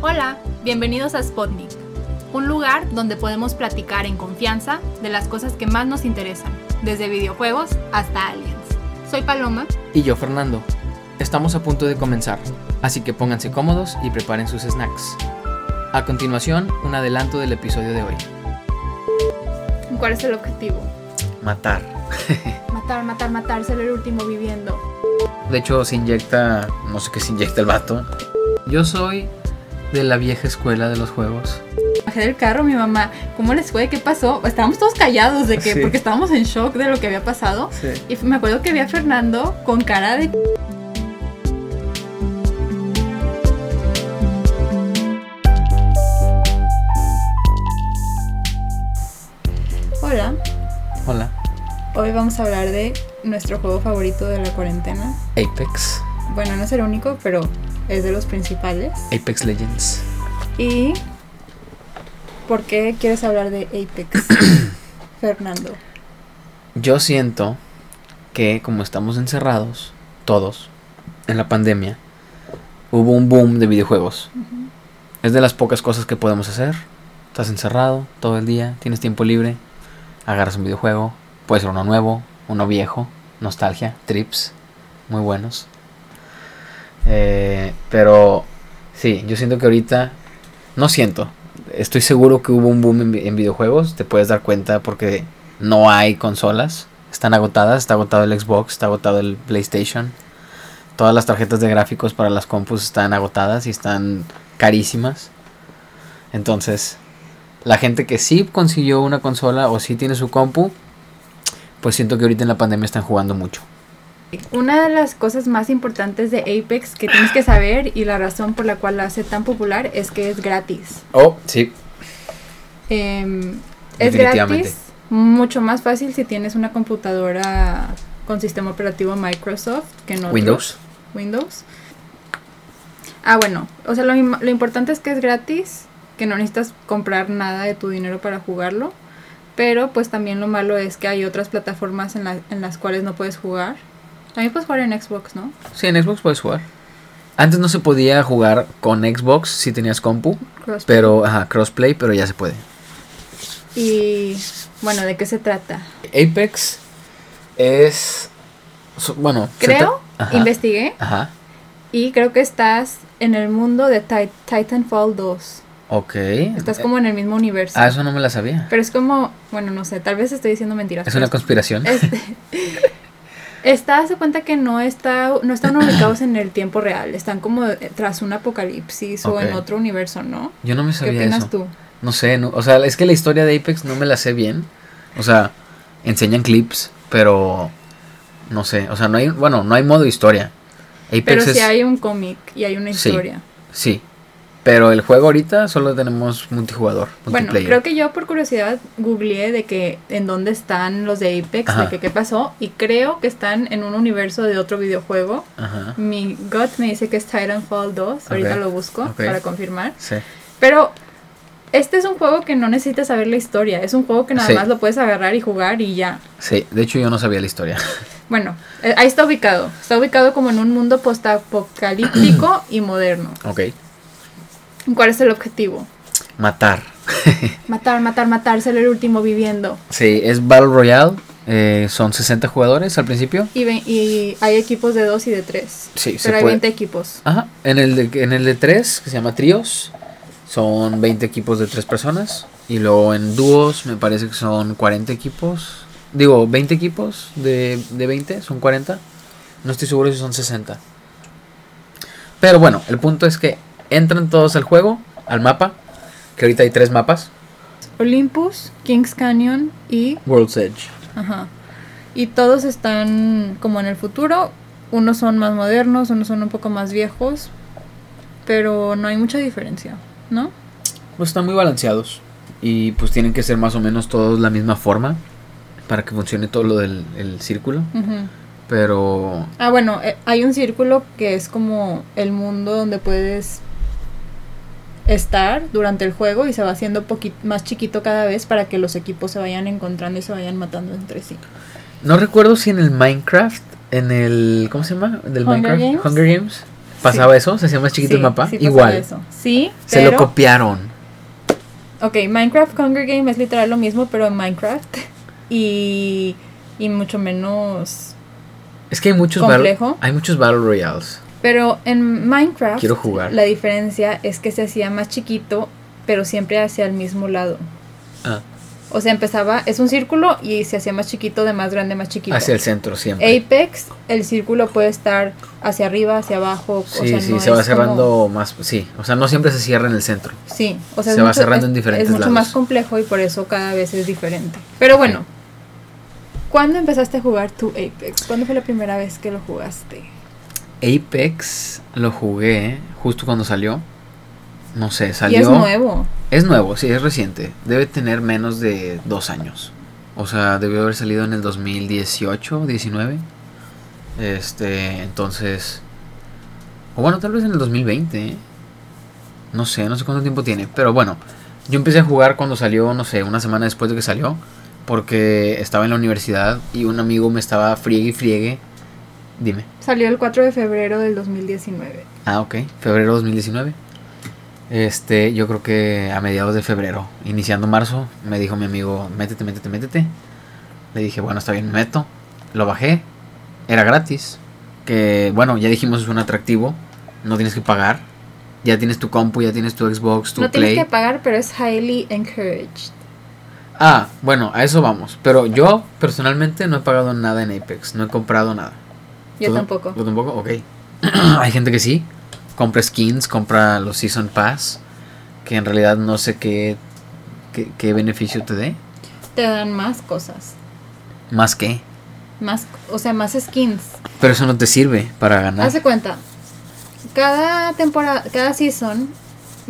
Hola, bienvenidos a Spotnik, un lugar donde podemos platicar en confianza de las cosas que más nos interesan, desde videojuegos hasta aliens. Soy Paloma. Y yo, Fernando. Estamos a punto de comenzar, así que pónganse cómodos y preparen sus snacks. A continuación, un adelanto del episodio de hoy. ¿Cuál es el objetivo? Matar. Matar, matar, matar, ser el último viviendo. De hecho, se inyecta, no sé qué se inyecta el vato. Yo soy de la vieja escuela de los juegos. Bajé del carro, mi mamá, ¿cómo les fue? ¿Qué pasó? Estábamos todos callados de que, Sí. porque estábamos en shock de lo que había pasado. Y me acuerdo que vi a Fernando con cara de... Hola, Hola. hoy vamos a hablar de nuestro juego favorito de la cuarentena. Apex. Bueno, no es el único, pero es de los principales. Apex Legends. ¿Y por qué quieres hablar de Apex, Fernando? Yo siento que como estamos encerrados, todos, en la pandemia, hubo un boom de videojuegos. Es de las pocas cosas que podemos hacer. Estás encerrado todo el día, tienes tiempo libre, agarras un videojuego, puede ser uno nuevo, uno viejo, nostalgia, trips, muy buenos. Eh, pero sí, yo siento que ahorita, no siento, estoy seguro que hubo un boom en, vi- en videojuegos, te puedes dar cuenta porque no hay consolas, están agotadas, está agotado el Xbox, está agotado el PlayStation, todas las tarjetas de gráficos para las compus están agotadas y están carísimas. Entonces, la gente que sí consiguió una consola o sí tiene su compu, pues siento que ahorita en la pandemia están jugando mucho. Una de las cosas más importantes de Apex que tienes que saber y la razón por la cual la hace tan popular es que es gratis. Oh, sí. Em, es Definitivamente. gratis, mucho más fácil si tienes una computadora con sistema operativo Microsoft que no Windows. Windows. Ah, bueno, o sea, lo, im- lo importante es que es gratis, que no necesitas comprar nada de tu dinero para jugarlo, pero pues también lo malo es que hay otras plataformas en, la- en las cuales no puedes jugar. También puedes jugar en Xbox, ¿no? Sí, en Xbox puedes jugar. Antes no se podía jugar con Xbox si tenías compu, Cross- pero, ajá, crossplay, pero ya se puede. Y bueno, ¿de qué se trata? Apex es. so- bueno, se Creo, tra- Ajá, investigué, Ajá. y creo que estás en el mundo de Ti- Titanfall 2. Ok. Estás Eh, como en el mismo universo. Ah, eso no me la sabía. Pero es como, bueno, no sé, tal vez estoy diciendo mentiras. Es pero una conspiración. Este, está, hace cuenta que no está, no están ubicados en el tiempo real, están como eh, tras un apocalipsis o en Ok. otro universo, ¿no? Yo no me ¿Qué sabía opinas eso. tú? No sé, no- o sea, es que la historia de Apex no me la sé bien. O sea, enseñan clips, pero no sé, o sea, no hay, bueno, no hay modo historia. Apex Pero es si hay un cómic y hay una Sí, historia. sí. Pero el juego ahorita solo tenemos multijugador, bueno, multiplayer. creo que yo por curiosidad googleé de que en dónde están los de Apex, Ajá. de que qué pasó, y creo que están en un universo de otro videojuego. Ajá. Mi gut me dice que es Titanfall 2, ahorita Ok, lo busco ok. para confirmar. Sí. Pero este es un juego que no necesitas saber la historia, es un juego que nada Sí. más lo puedes agarrar y jugar y ya. Sí, de hecho yo no sabía la historia. Bueno, eh, ahí está ubicado. Está ubicado como en un mundo postapocalíptico y moderno. ok. ¿Cuál es el objetivo? Matar. Matar, matar, matar, ser el último viviendo. Sí, es Battle Royale. eh, son 60 jugadores al principio. Y, ve- y hay equipos de dos y de tres. Sí, se pero hay puede. 20 equipos. Ajá. En el de, en el de 3, que se llama tríos, son 20 equipos de 3 personas. Y luego en dúos, me parece que son 40 equipos. Digo, 20 equipos de, de 20, son 40. No estoy seguro si son 60. Pero bueno, el punto es que entran todos al juego, al mapa. Que ahorita hay tres mapas. Olympus, Kings Canyon y... World's Edge. Ajá. Y todos están como en el futuro. Unos son más modernos, unos son un poco más viejos. Pero no hay mucha diferencia, ¿no? Pues están muy balanceados. Y pues tienen que ser más o menos todos la misma forma. Para que funcione todo lo del el círculo. Ujú. Pero Ah, bueno, eh, hay un círculo que es como el mundo donde puedes estar durante el juego y se va haciendo poqui- más chiquito cada vez para que los equipos se vayan encontrando y se vayan matando entre sí. No recuerdo si en el Minecraft, en el. ¿Cómo se llama? Del Hunger Minecraft. Games. Hunger Games. ¿Pasaba eso? ¿Se hacía más chiquito Sí, el mapa? sí pasaba Igual. eso. Sí, Se pero... lo copiaron. Ok, Minecraft Hunger Game es literal lo mismo, pero en Minecraft. Y, y mucho menos. Es que hay muchos battle, Complejo. hay muchos battle royales. Pero en Minecraft. Quiero jugar. La diferencia es que se hacía más chiquito, pero siempre hacia el mismo lado. Ah, O sea, empezaba, es un círculo y se hacía más chiquito, de más grande, más chiquito. hacia el centro siempre. Apex, el círculo puede estar hacia arriba, hacia abajo. sí, o sea, sí, no se va es como- cerrando más, sí, o sea, no siempre se cierra en el centro. Sí, o sea, Se va cerrando en diferentes Es mucho lados. más complejo y por eso cada vez es diferente. Pero bueno, ¿cuándo empezaste a jugar tu Apex? ¿Cuándo fue la primera vez que lo jugaste? Apex lo jugué justo cuando salió. No sé, salió. Y es nuevo. Es nuevo, sí, es reciente. Debe tener menos de dos años. O sea, debió haber salido en el 2018, 19. Este, entonces. O bueno, tal vez en el 2020. ¿eh? No sé, no sé cuánto tiempo tiene. Pero bueno, yo empecé a jugar cuando salió, no sé, una semana después de que salió. Porque estaba en la universidad y un amigo me estaba friegue y friegue. Dime. Salió el 4 de febrero del 2019. Ah, ok. Febrero 2019. Este, yo creo que a mediados de febrero, iniciando marzo, me dijo mi amigo, métete, métete, métete. Le dije, bueno, está bien, me meto. Lo bajé. Era gratis. Que, bueno, ya dijimos es un atractivo. No tienes que pagar. Ya tienes tu compu, ya tienes tu Xbox, tu no Play. tienes que pagar, pero es highly encouraged. Ah, bueno, a eso vamos. Pero yo, personalmente, no he pagado nada en Apex. No he comprado nada. Yo ¿Tú- tampoco. ¿Tú tampoco? Ok. Hay gente que sí. Compra skins, compra los Season Pass. Que en realidad no sé qué, qué, qué beneficio te dé. Te dan más cosas. Más que. Más, o sea, más skins. Pero eso no te sirve para ganar. Haz de cuenta. Cada temporada, cada season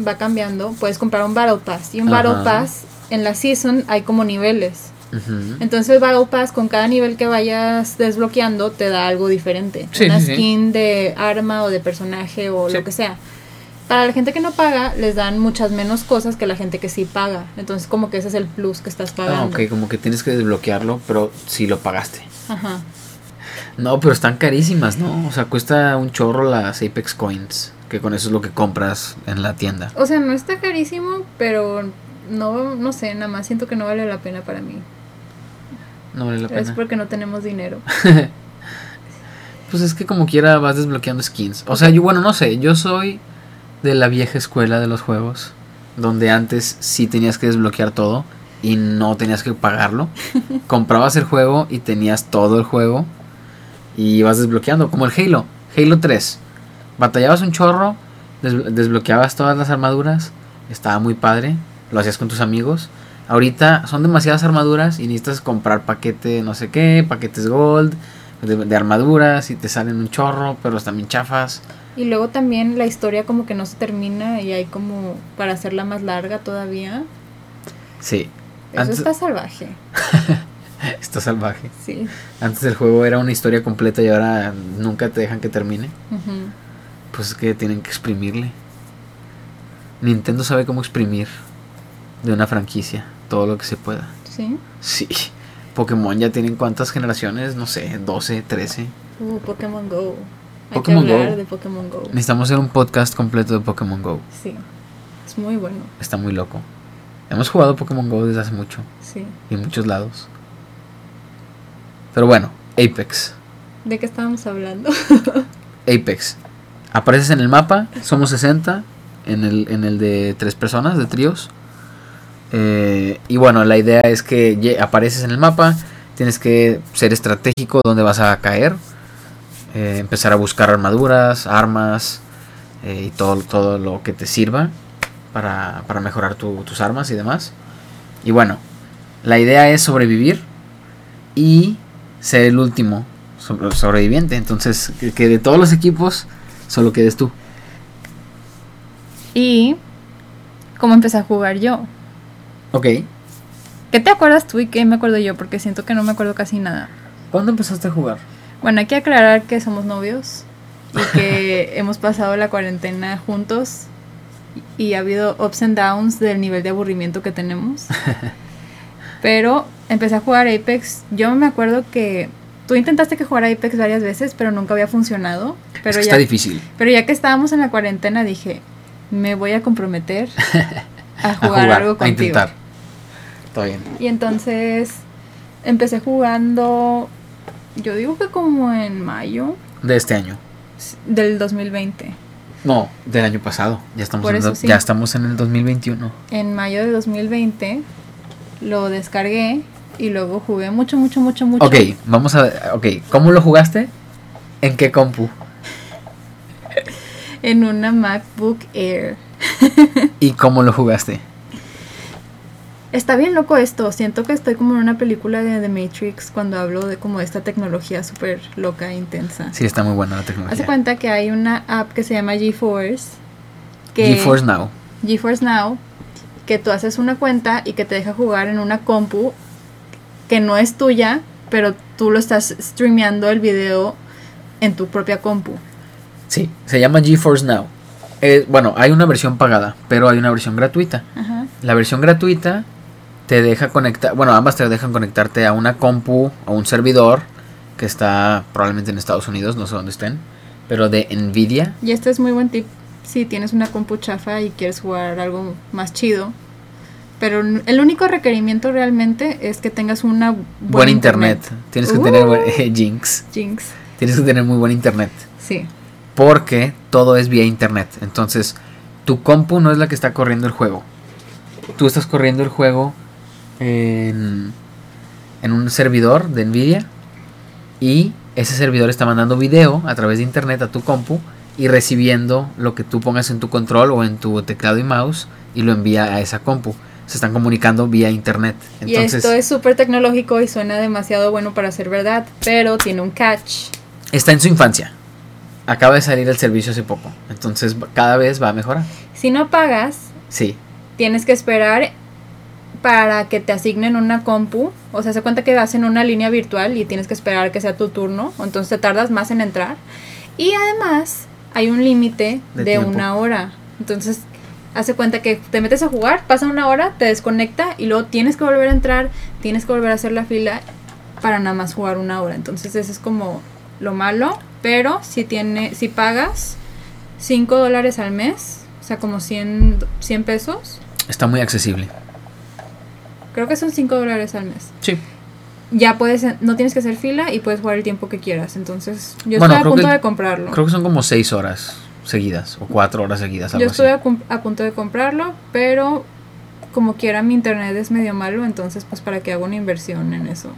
va cambiando. Puedes comprar un Battle Pass. Y un Battle Ajá. Pass en la season hay como niveles. Ujú. Entonces el Battle Pass con cada nivel que vayas desbloqueando te da algo diferente. Sí, Una sí, sí. skin de arma o de personaje o Sí. lo que sea. Para la gente que no paga les dan muchas menos cosas que la gente que sí paga. Entonces como que ese es el plus que estás pagando. Ah, ok, como que tienes que desbloquearlo, pero si lo pagaste. Ajá. No, pero están carísimas, ¿no? O sea, cuesta un chorro las Apex Coins. Que con eso es lo que compras en la tienda. O sea, no está carísimo, pero no, no sé, nada más siento que no vale la pena para mí. No vale la Es pena. porque no tenemos dinero. Pues es que como quiera vas desbloqueando skins. O sea, yo, bueno, no sé, yo soy de la vieja escuela de los juegos, donde antes sí tenías que desbloquear todo y no tenías que pagarlo. Comprabas el juego y tenías todo el juego y ibas desbloqueando, como el Halo, Halo 3. Batallabas un chorro, desblo- desbloqueabas todas las armaduras, estaba muy padre, lo hacías con tus amigos. Ahorita son demasiadas armaduras y necesitas comprar paquete no sé qué, paquetes gold, de, de armaduras y te salen un chorro, pero también chafas. Y luego también la historia como que no se termina y hay como para hacerla más larga todavía. Sí, Eso Antes- está salvaje. está salvaje. Sí. Antes el juego era una historia completa y ahora nunca te dejan que termine. Ujú. Pues es que tienen que exprimirle. Nintendo sabe cómo exprimir de una franquicia todo lo que se pueda. Sí. Sí, Pokémon ya tienen cuántas generaciones, no sé, 12, 13. Uh, Pokémon Go. Hay Pokémon que hablar Go. de Pokémon Go. Necesitamos hacer un podcast completo de Pokémon Go. Sí. Es muy bueno. Está muy loco. Hemos jugado Pokémon Go desde hace mucho. Sí. y en muchos lados. Pero bueno, Apex. ¿De qué estábamos hablando? Apex. Apareces en el mapa, somos 60, en el, en el de tres personas, de tríos. Eh, y bueno, la idea es que lle- apareces en el mapa, tienes que ser estratégico dónde vas a caer, eh, empezar a buscar armaduras, armas eh, y todo, todo lo que te sirva para, para mejorar tu- tus armas y demás. Y bueno, la idea es sobrevivir y ser el último sobre- sobreviviente. Entonces, que, que de todos los equipos solo quedes tú. y cómo empecé a jugar yo. Ok. ¿Qué te acuerdas tú y qué me acuerdo yo? Porque siento que no me acuerdo casi nada. ¿Cuándo empezaste a jugar? Bueno, hay que aclarar que somos novios y que hemos pasado la cuarentena juntos y ha habido ups and downs del nivel de aburrimiento que tenemos. Pero empecé a jugar Apex. Yo me acuerdo que Tú intentaste que jugara Apex varias veces, pero nunca había funcionado. Pero Es que ya, está difícil. Pero ya que estábamos en la cuarentena dije, me voy a comprometer a A jugar, jugar, algo a contigo. intentar. Está bien. Y entonces empecé jugando, yo digo que como en mayo De este año. s- del 2020. No, del año pasado. Ya estamos, Por en, el eso do- sí. ya estamos en el 2021. En mayo de 2020 lo descargué y luego jugué mucho, mucho, mucho, mucho. Ok, vamos a. Ok, ¿cómo lo jugaste? ¿En qué compu? En una MacBook Air. ¿Y cómo lo jugaste? Está bien loco esto, siento que estoy como en una película de The Matrix cuando hablo de como esta tecnología súper loca e intensa. Sí, está muy buena la Hace tecnología. cuenta que hay una app que se llama GeForce. Que GeForce Now. GeForce Now, que tú haces una cuenta y que te deja jugar en una compu que no es tuya, pero tú lo estás streameando el video en tu propia compu. Sí, se llama GeForce Now. Eh, bueno, hay una versión pagada, pero hay una versión gratuita. Ajá. La versión gratuita te deja conectar, bueno, ambas te dejan conectarte a una compu, a un servidor que está probablemente en Estados Unidos, no sé dónde estén, pero de Nvidia. Y este es muy buen tip si tienes una compu chafa y quieres jugar algo más chido. Pero n- el único requerimiento realmente es que tengas una buen, Buen, internet. Tienes que Uh. tener buen- eh, Jinx. Jinx. Tienes que tener muy buen internet. Sí. Porque todo es vía internet. Entonces, tu compu no es la que está corriendo el juego. Tú estás corriendo el juego en, en un servidor de Nvidia. Y ese servidor está mandando video a través de internet a tu compu. Y recibiendo lo que tú pongas en tu control o en tu teclado y mouse. Y lo envía a esa compu. Se están comunicando vía internet. y Entonces, esto es súper tecnológico y suena demasiado bueno para ser verdad, pero tiene un catch. está en su infancia. Acaba de salir el servicio hace poco. Entonces, cada vez va a mejorar. Si no pagas, Sí, tienes que esperar para que te asignen una compu. O sea, se cuenta que vas en una línea virtual y tienes que esperar que sea tu turno. Entonces te tardas más en entrar. Y además hay un límite De de, tiempo. una hora. Entonces hace cuenta que te metes a jugar, pasa una hora, te desconecta y luego tienes que volver a entrar, tienes que volver a hacer la fila para nada más jugar una hora. Entonces eso es como lo malo. Pero si, tiene, si pagas 5 dólares al mes, o sea, como 100, 100 pesos. está muy accesible. Creo que son 5 dólares al mes. Sí. Ya puedes, no tienes que hacer fila y puedes jugar el tiempo que quieras. Entonces, yo estoy Bueno, a creo punto que- de comprarlo. Creo que son como seis horas seguidas o cuatro horas seguidas, algo yo así. estoy a, cum- a punto de comprarlo, pero como quiera mi internet es medio malo, entonces pues para que haga una inversión en eso.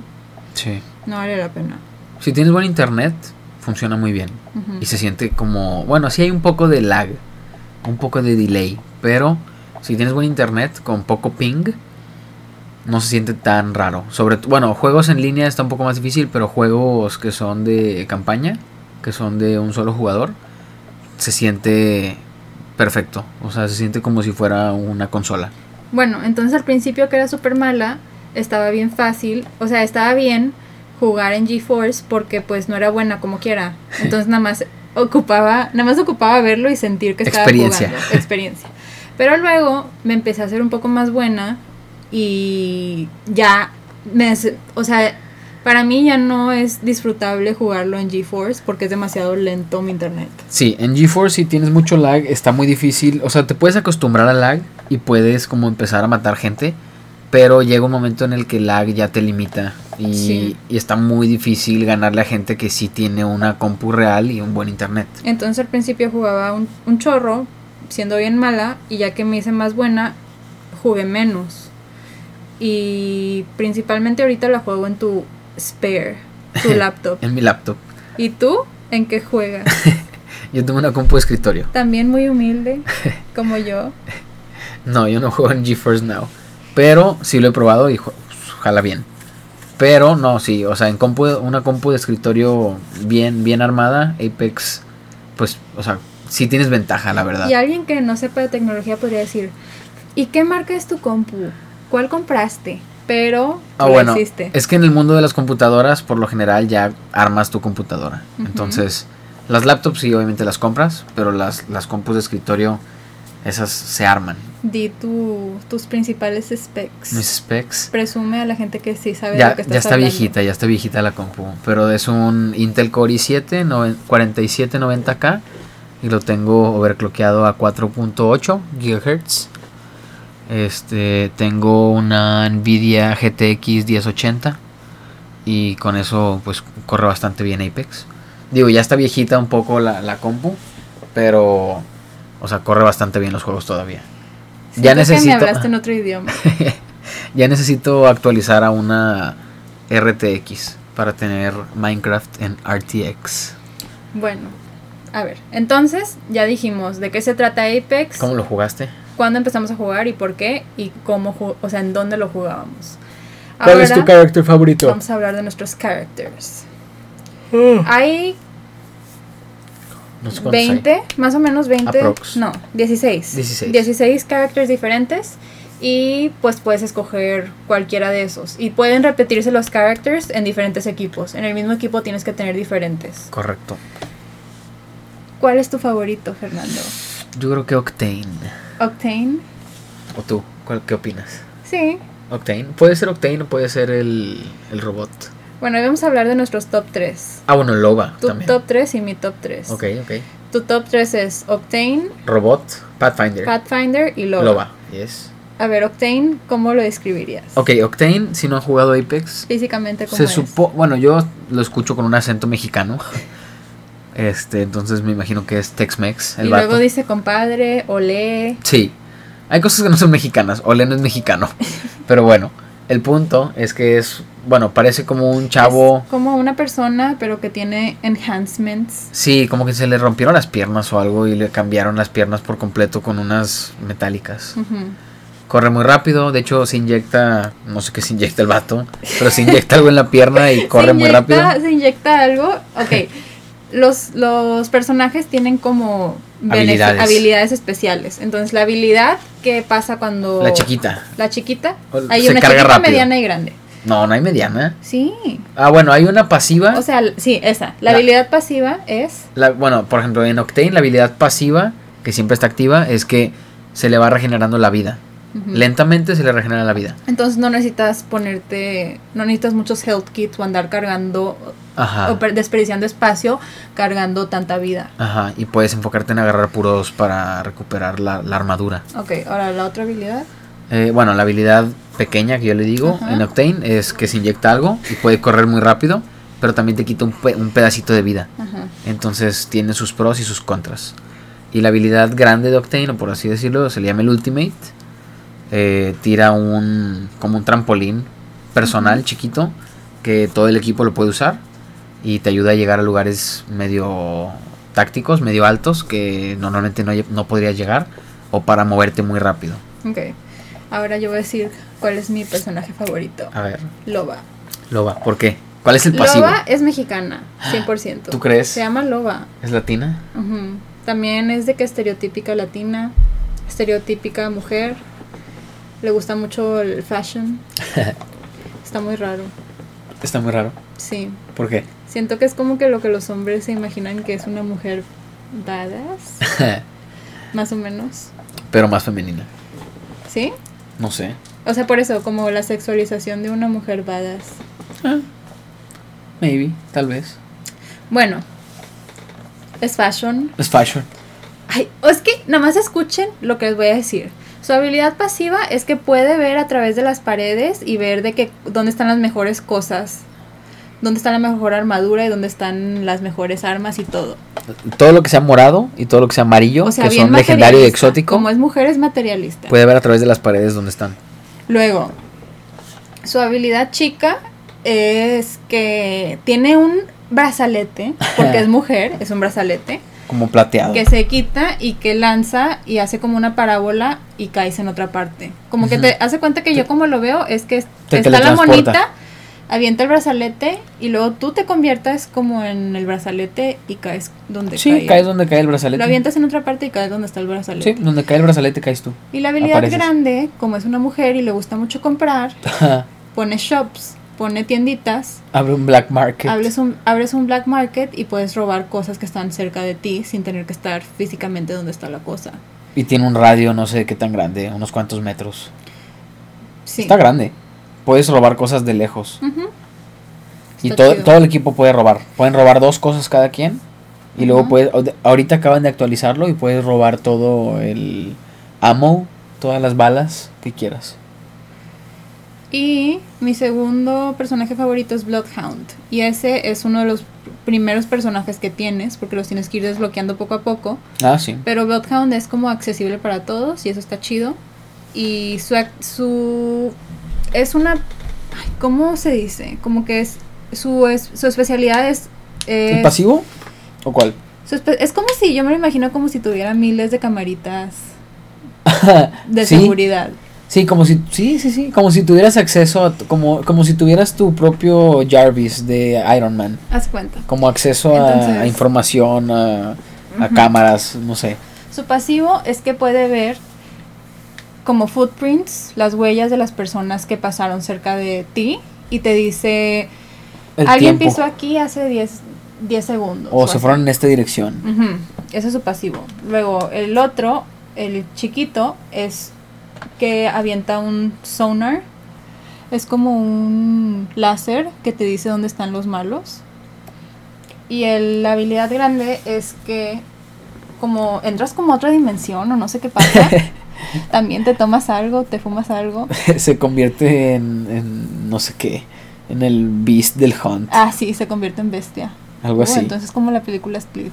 Sí. No vale la pena. Si tienes buen internet, funciona muy bien. Ujú. Y se siente como. Bueno, sí hay un poco de lag, un poco de delay. Pero si tienes buen internet con poco ping, no se siente tan raro. Sobre t- Bueno, juegos en línea está un poco más difícil, pero juegos que son de campaña, que son de un solo jugador, se siente perfecto. O sea, se siente como si fuera una consola. Bueno, entonces al principio que era súper mala, estaba bien fácil, o sea, estaba bien jugar en GeForce porque pues no era buena como quiera. Entonces nada más ocupaba, nada más ocupaba verlo y sentir que estaba Experiencia. jugando, experiencia. Pero luego me empecé a hacer un poco más buena y ya me, des- o sea, para mí ya no es disfrutable jugarlo en GeForce porque es demasiado lento mi internet. Sí, en GeForce si tienes mucho lag, está muy difícil. O sea, te puedes acostumbrar al lag y puedes como empezar a matar gente. Pero llega un momento en el que el lag ya te limita. Y, Sí. y está muy difícil ganarle a gente que sí tiene una compu real y un buen internet. Entonces al principio jugaba un, un chorro, siendo bien mala, y ya que me hice más buena, jugué menos. Y principalmente ahorita la juego en tu spare, tu laptop. En mi laptop. ¿Y tú? ¿En qué juegas? Yo tengo una compu de escritorio. También muy humilde, como yo. No, yo no juego en GeForce Now. Pero sí lo he probado y ju- jala bien. Pero no, sí, o sea, en compu, una compu de escritorio bien, bien armada, Apex, pues, o sea, sí tienes ventaja, la verdad. Y alguien que no sepa de tecnología podría decir, ¿y qué marca es tu compu? ¿Cuál compraste? Pero tú Ah, la bueno, hiciste. es que en el mundo de las computadoras, por lo general, ya armas tu computadora. Ujú. Entonces, las laptops sí, obviamente las compras, pero las, las compus de escritorio, esas se arman. di tu- tus principales specs. Mis specs. Presume a la gente que sí sabe de Ya, lo que estás ya está hablando. viejita, ya está viejita la compu. Pero es un Intel Core i7 noven- 4790K. Y lo tengo overclockeado a 4.8 GHz. Este, tengo una Nvidia GTX 1080. Y con eso, pues corre bastante bien Apex. Digo, ya está viejita un poco la, la compu. Pero, o sea, corre bastante bien los juegos todavía. Siento Ya necesito- Que me hablaste en otro idioma. Ya necesito actualizar a una RTX para tener Minecraft en RTX. Bueno, a ver. Entonces, ya dijimos de qué se trata Apex, ¿Cómo lo jugaste? cuándo empezamos a jugar y por qué y cómo, ju- o sea, en dónde lo jugábamos. Ahora carácter favorito? Vamos a hablar de nuestros characters. Hay No sé Mm. Pues, cuántos hay. 20, más o menos 20. Aprox. No, 16. 16. 16 characters diferentes. Y pues puedes escoger cualquiera de esos. Y pueden repetirse los characters en diferentes equipos. En el mismo equipo tienes que tener diferentes. Correcto. ¿Cuál es tu favorito, Fernando? Yo creo que Octane. ¿Octane? ¿O tú? ¿Cuál- ¿Qué opinas? Sí. ¿Octane? Puede ser Octane o puede ser el, el robot. Bueno, hoy vamos a hablar de nuestros top 3. Ah, bueno, Loba Tu también. top 3 y mi top 3. Ok, ok. Tu top 3 es Octane, Robot, Pathfinder. Pathfinder y Loba. Loba, yes. A ver, Octane, ¿cómo lo describirías? Ok, Octane, si no han jugado Apex, Físicamente, ¿cómo Se es? supo, bueno, yo lo escucho con un acento mexicano. Este, entonces me imagino que es Tex-Mex, el y vato. luego dice compadre, olé. Sí. Hay cosas que no son mexicanas, Ole no es mexicano. Pero bueno, el punto es que es, bueno, parece como un chavo, Es como una persona, pero que tiene enhancements. sí, como que se le rompieron las piernas o algo y le cambiaron las piernas por completo con unas metálicas. Ujú. Corre muy rápido, de hecho se inyecta, no sé qué se inyecta el vato, pero se inyecta algo en la pierna y corre se muy inyecta- rápido. Se inyecta algo. Ok. Los, los personajes tienen como benefi- Habilidades. habilidades especiales. Entonces, la habilidad que pasa cuando. La chiquita. La chiquita. O- Hay se una carga chiquita rápido. mediana y grande. No, no hay mediana. Sí. Ah, bueno, hay una pasiva. O sea, l- sí, esa. La, Ah. La- habilidad pasiva es. La- bueno, por ejemplo, en Octane la habilidad pasiva, que siempre está activa, es que se le va regenerando la vida. Ujú. Lentamente se le regenera la vida. Entonces no necesitas ponerte, no necesitas muchos health kits o andar cargando Ajá. o per- desperdiciando espacio cargando tanta vida. Ajá. Y puedes enfocarte en agarrar puros para recuperar la, la armadura. Ok, ahora la otra habilidad. Eh, bueno, la habilidad pequeña que yo le digo Ajá. en Octane es que se inyecta algo y puede correr muy rápido, pero también te quita un, pe- un pedacito de vida. Ajá. Entonces tiene sus pros y sus contras. Y la habilidad grande de Octane, o por así decirlo, se le llama el Ultimate. Eh, tira un como un trampolín personal chiquito que todo el equipo lo puede usar y te ayuda a llegar a lugares medio tácticos, medio altos que normalmente no, lle- no podrías llegar o para moverte muy rápido. Ok. Ahora yo voy a decir cuál es mi personaje favorito. A ver, Loba. Loba, ¿por qué? ¿Cuál es el pasivo? Loba es mexicana, 100%. ¿Tú crees? Se llama Loba. ¿Es latina? Ujú. También es de que estereotípica latina, estereotípica mujer. Le gusta mucho el fashion. Está muy raro. Está muy raro. Sí. ¿Por qué? Siento que es como que lo que los hombres se imaginan que es una mujer badass, más o menos. Pero más femenina. ¿Sí? No sé. O sea, por eso, como la sexualización de una mujer badass. Maybe, tal vez. Bueno, es fashion. Es fashion. Ay, o es que nada más escuchen lo que les voy a decir. Su habilidad pasiva es que puede ver a través de las paredes y ver de que dónde están las mejores cosas, dónde está la mejor armadura y dónde están las mejores armas y todo. Todo lo que sea morado y todo lo que sea amarillo, O sea, que bien son legendario y materialista. exótico, Pues- Como es mujer es materialista. puede ver a través de las paredes donde están. Luego, su habilidad chica es que tiene un brazalete, porque es mujer, es un brazalete, Como plateado. que se quita y que lanza y hace como una parábola y caes en otra parte. Como que te hace cuenta que yo como lo veo es que es- Te está la teletransporta. monita, avienta el brazalete y luego tú te conviertas como en el brazalete y caes donde Sí, caía. caes donde cae el brazalete. Lo avientas en otra parte y caes donde está el brazalete. Sí, donde cae el brazalete caes tú. Y la habilidad Apareces. grande, como es una mujer y le gusta mucho comprar, pone shops, pone tienditas, Abre un black market. abres un, abres un black market y puedes robar cosas que están cerca de ti sin tener que estar físicamente donde está la cosa. Y tiene un radio, no sé qué tan grande, unos cuantos metros. Sí. Está grande. Puedes robar cosas de lejos. Ujú. Y Está todo, chido. todo el equipo puede robar. Pueden robar dos cosas cada quien. Y luego Ajá. puedes. ahor- Ahorita acaban de actualizarlo y puedes robar todo el ammo, todas las balas que quieras. Y mi segundo personaje favorito es Bloodhound. Y ese es uno de los primeros personajes que tienes, porque los tienes que ir desbloqueando poco a poco. Ah, sí. Pero Bloodhound es como accesible para todos y eso está chido. Y su... ac- su es una... ay, ¿Cómo se dice? Como que es... Su, es- su especialidad es... ¿El es- pasivo? ¿O cuál? su espe- es como si, yo me lo imagino como si tuviera miles de camaritas de Sí. seguridad. Sí, como si, sí, sí, sí, como si tuvieras acceso a, tu- como, como si tuvieras tu propio Jarvis de Iron Man, Haz cuenta. como acceso a- a, Entonces- información, a, a Ujú. cámaras, no sé. Su pasivo es que puede ver como footprints las huellas de las personas que pasaron cerca de ti y te dice, El alguien tiempo. pisó aquí hace 10, 10 segundos. o se así. fueron en esta dirección. Ujú, Ese es su pasivo. Luego el otro, el chiquito, es que avienta un sonar. Es como un láser que te dice dónde están los malos. Y el- la habilidad grande es que como entras como a otra dimensión o no sé qué pasa, también te tomas algo, te fumas algo. se convierte en, en no sé qué, en el Beast del Hunt, Ah, sí, se convierte en bestia. algo Uh, así. entonces como la película Split.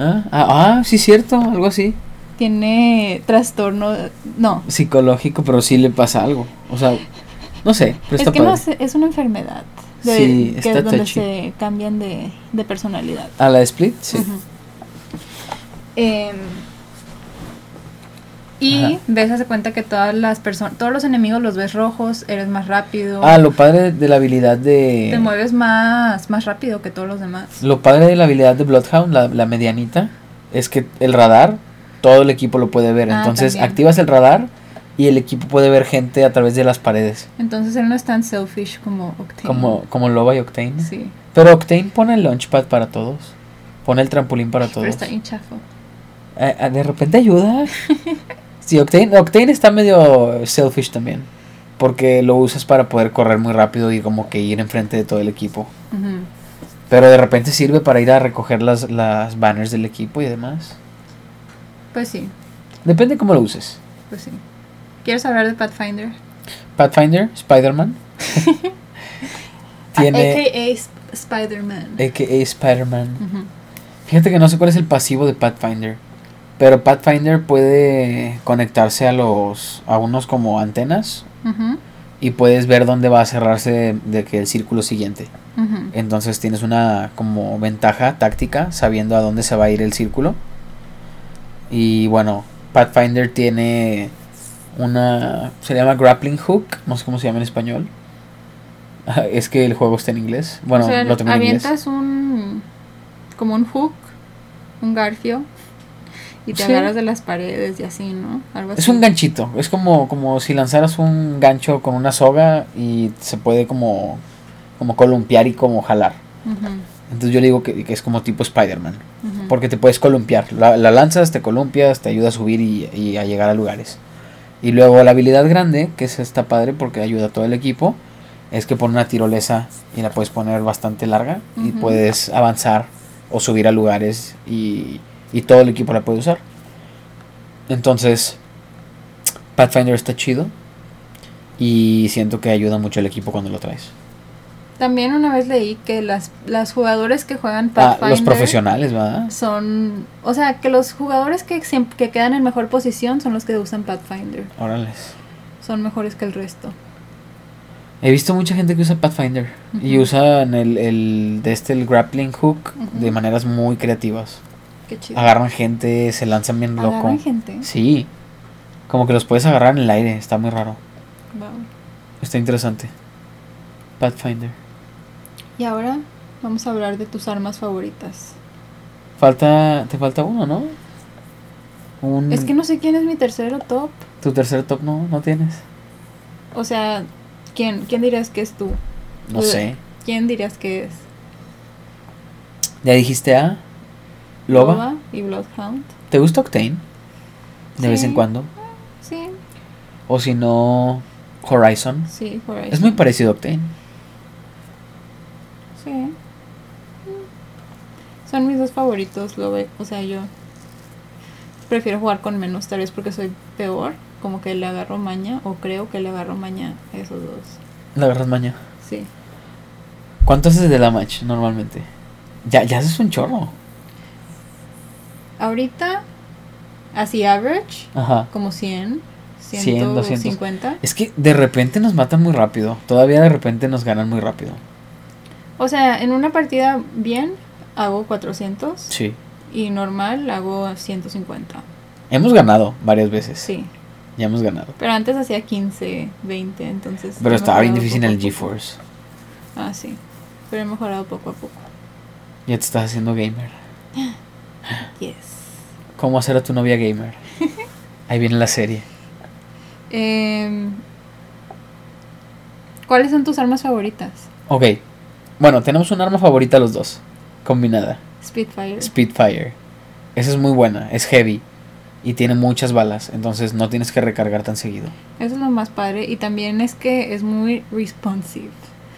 ¿Ah? ah, ah, sí, cierto, algo así. Tiene trastorno, no, Psicológico, pero sí le pasa algo. O sea, no sé, pero es está que padre. no sé, es una enfermedad. de- Sí, que está es donde touchy. se cambian de, de personalidad. ¿A la de Split? Sí. Ujú. Em, y Ajá. ves, hace cuenta que todas las personas, todos los enemigos los ves rojos, eres más rápido, Ah, lo padre de la habilidad de... te mueves más, más rápido que todos los demás. Lo padre de la habilidad de Bloodhound, la, la medianita, es que el radar, todo el equipo lo puede ver. Ah, Entonces también. activas el radar y el equipo puede ver gente a través de las paredes. Entonces él no es tan selfish como Octane. Como, como Loba y Octane. sí, Pero Octane pone el launchpad para todos. Pone el trampolín para todos. pero está bien chafo. Eh, eh, de repente ayuda. sí, Octane, Octane está medio selfish también. Porque lo usas para poder correr muy rápido y como que ir enfrente de todo el equipo. Ujú. Pero de repente sirve para ir a recoger las, las banners del equipo y demás. Pues sí, Depende cómo lo uses. pues sí. ¿Quieres hablar de Pathfinder? Pathfinder, Spider-Man. Tiene AKA Sp- Spider-Man. AKA Spider-Man. Ujú. Fíjate que no sé cuál es el pasivo de Pathfinder. Pero Pathfinder puede conectarse a los. a unos como antenas. Ujú. Y puedes ver dónde va a cerrarse de, de que el círculo siguiente. Ujú. Entonces tienes una como ventaja táctica sabiendo a dónde se va a ir el círculo. Y bueno, Pathfinder tiene una... se llama grappling hook, no sé cómo se llama en español. Es que el juego está en inglés. Bueno, O sea, lo tengo en inglés. avientas un como un hook, un garfio y te Sí. agarras de las paredes y así, ¿no? Algo así. Es un ganchito, es como, como si lanzaras un gancho con una soga y se puede como, como columpiar y como jalar. Ujú, Entonces yo le digo que, que es como tipo Spider-Man. ujú. Porque te puedes columpiar. La, la lanzas, te columpias, te ayuda a subir y, y a llegar a lugares. Y luego la habilidad grande, que es está padre porque ayuda a todo el equipo, es que pone una tirolesa y la puedes poner bastante larga y Ujú. puedes avanzar o subir a lugares y, y todo el equipo la puede usar. Entonces, Pathfinder está chido y siento que ayuda mucho al equipo cuando lo traes. También una vez leí que las las jugadores que juegan Ah, Pathfinder los profesionales, ¿verdad? son, o sea, que los jugadores que siemp- que quedan en mejor posición son los que usan Pathfinder, Órales. son mejores que el resto. He visto mucha gente que usa Pathfinder y Ujú. usan el, el, de este, el grappling hook Ujú. de maneras muy creativas. Qué chido. Agarran gente, se lanzan bien Ah, loco. Agarran gente. Sí, como que los puedes agarrar en el aire, está muy raro. Wow. Está interesante. Pathfinder. Y ahora vamos a hablar de tus armas favoritas. Falta, te falta uno, ¿no? Un, Es que no sé quién es mi tercero top. Tu tercer top no, no tienes. O sea, ¿quién, quién dirías que es tú? No Ugh. sé. ¿Quién dirías que es? Ya dijiste a Loba. y Bloodhound. ¿Te gusta Octane? de vez en Sí. cuando. Sí, O si no, Horizon. sí, por ahí. Es muy parecido a Octane. Sí. Mm. Son mis dos favoritos, lo ve. O sea, yo prefiero jugar con menos, tal vez porque soy peor. Como que le agarro maña, o creo que le agarro maña a esos dos. La agarras maña. Sí. ¿Cuánto haces de damage normalmente? Ya, ya haces un chorro. Ahorita, así average, Ajá. como 100, 100, 200. 150. Es que de repente nos matan muy rápido. Todavía de repente nos ganan muy rápido. O sea, en una partida bien hago 400 Sí. y normal hago 150. Hemos ganado varias veces. Sí. Ya hemos ganado. Pero antes hacía 15, 20, entonces... Pero he estaba bien mejorado difícil poco el a poco. GeForce. Ah, sí. Pero he mejorado poco a poco. Ya te estás haciendo gamer. Yes. ¿Cómo hacer a tu novia gamer? Ahí viene la serie. Em, ¿Cuáles son tus armas favoritas? Ok. Bueno, tenemos un arma favorita los dos. Combinada. Spitfire. Speedfire. Esa es muy buena. Es heavy. Y tiene muchas balas. Entonces no tienes que recargar tan seguido. Eso es lo más padre. Y también es que es muy responsive.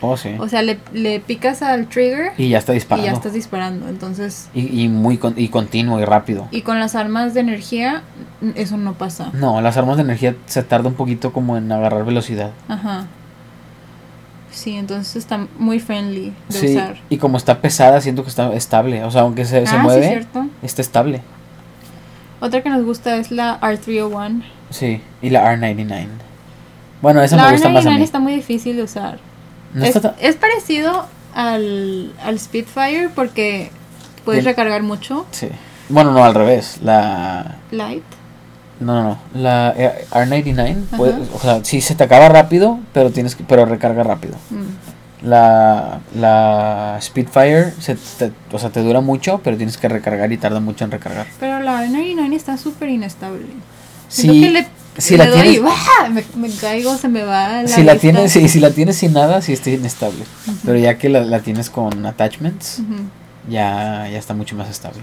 Oh, sí. O sea, le, le picas al trigger Y ya está y disparando. ya estás disparando. Entonces, Y, y muy con- y continuo y rápido. Y con las armas de energía, n- eso no pasa. No, las armas de energía se tarda un poquito como en agarrar velocidad. Ajá. Sí, entonces está muy friendly de sí. usar. Y como está pesada, siento que está estable. O sea, aunque se, se ah, sí, mueve, cierto. está estable. Otra que nos gusta es la R301. Sí. Y la R99. Bueno, esa la me gusta más a mí. está muy difícil de usar. No es, está tan- es parecido al, al Spitfire porque puedes Bien. recargar mucho. Sí. Bueno, no, al revés. La. Light. No, no, no. La R- R99, Ajá. puede- o sea, sí se te acaba rápido, pero tienes que, pero recarga rápido. Mm, La, la Spitfire, se te- o sea, te dura mucho, pero tienes que recargar y tarda mucho en recargar. Pero la R99 está súper inestable. Siento Sí, que le- si le la doy y tienes, ¡buah! me, me caigo, se me va la si la vista. tienes, sí, si la tienes sin nada, sí está inestable. Pero ya que la, la tienes con attachments, Ujú. ya, ya está mucho más estable.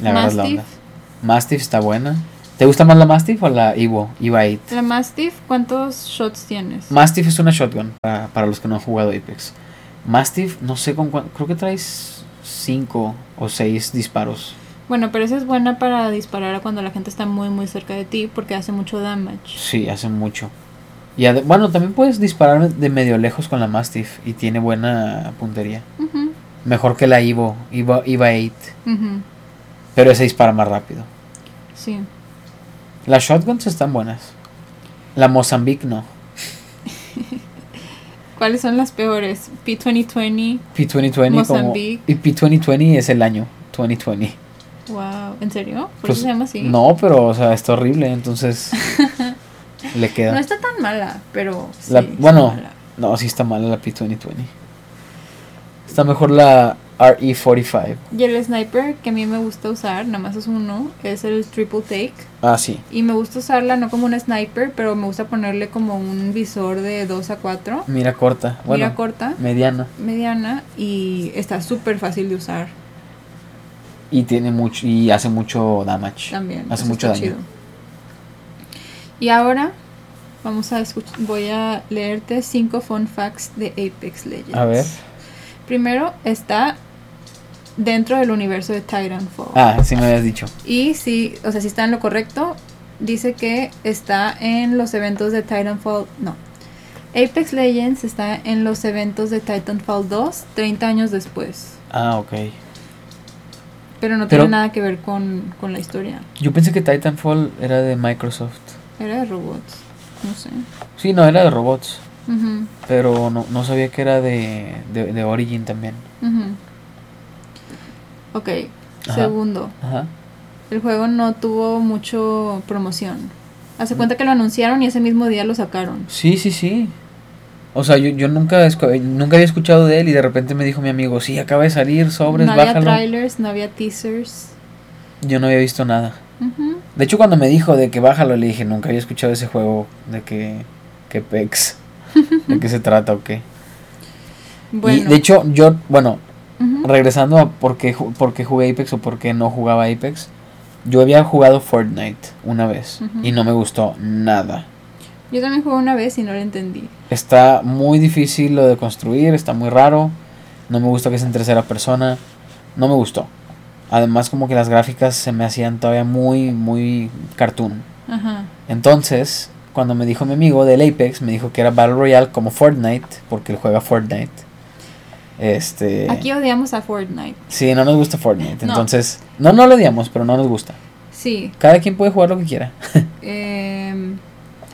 La verdad es la Mastiff. onda. Mastiff está buena. ¿Te gusta más la Mastiff o la Iwo? Iwo 8. La Mastiff, ¿cuántos shots tienes? Mastiff es una shotgun para, para los que no han jugado Apex. Mastiff, no sé con cuánto. Creo que traes 5 o 6 disparos. bueno, pero esa es buena para disparar a cuando la gente está muy muy cerca de ti porque hace mucho damage. Sí, hace mucho. Y ade- bueno, también puedes disparar de medio lejos con la Mastiff y tiene buena puntería. Ujú, Mejor que la Ivo, Ivo, Ivo 8. ujú, Pero esa dispara más rápido. Sí. Las shotguns están buenas. La Mozambique no. ¿Cuáles son las peores? P2020. P2020 como, y Mozambique. P2020 es el año 2020. Wow, ¿en serio? ¿Por Pues, eso se llama así? No, pero o sea, está horrible, entonces le No queda. está tan mala, pero sí, eh. La- está bueno. mala. No, sí está mala la P2020. Está mejor la E RE45. Y el sniper que a mí me gusta usar, nada más es uno, es el triple take. Ah, sí. Y me gusta usarla no como un sniper, pero me gusta ponerle como un visor de 2 a 4. Mira corta. Bueno, Mira corta. mediana. mediana y está súper fácil de usar Y tiene mucho y hace mucho damage. también. Hace Eso mucho está daño. chido. Y ahora vamos a escuch- voy a leerte cinco fun facts de Apex Legends. A ver. Primero está dentro del universo de Titanfall. Ah, sí me habías dicho. Y si, o sea, si está en lo correcto, dice que está en los eventos de Titanfall, no. Apex Legends está en los eventos de Titanfall 2 30 años después. Ah, ok. Pero no Pero- tiene nada que ver con, con la historia. Yo pensé que Titanfall era de Microsoft. Era de robots. No sé. Sí, no, era de robots. Ujú, Pero no, no sabía que era de, de, de Origin también. ujú. Ok. Ajá. Segundo, Ajá. el juego no tuvo mucho promoción. Hace cuenta que lo anunciaron y ese mismo día lo sacaron. Sí, sí, sí. O sea, yo, yo nunca, escu- nunca había escuchado de él y de repente me dijo mi amigo, sí, acaba de salir, sobres, no había bájalo. trailers, no había teasers. Yo no había visto nada. Ujú. De hecho, cuando me dijo de que bájalo, le dije, nunca había escuchado ese juego, de que, que pex, de qué se trata o qué. Bueno. Y de hecho, yo, bueno, ujú, regresando a por qué, ju- por qué jugué Apex o por qué no jugaba Apex, Yo había jugado Fortnite una vez Ujú. y no me gustó nada. Yo también jugué una vez y no lo entendí. Está muy difícil lo de construir, está muy raro. No me gusta que sea en tercera persona. No me gustó. Además como que las gráficas se me hacían todavía muy, muy cartoon. Ajá. Entonces, cuando me dijo mi amigo del Apex, me dijo que era Battle Royale como Fortnite, porque él juega Fortnite. Este... Aquí odiamos a Fortnite. Sí, no nos gusta Fortnite. No. Entonces, no, no lo odiamos, pero no nos gusta. Sí. Cada quien puede jugar lo que quiera. em,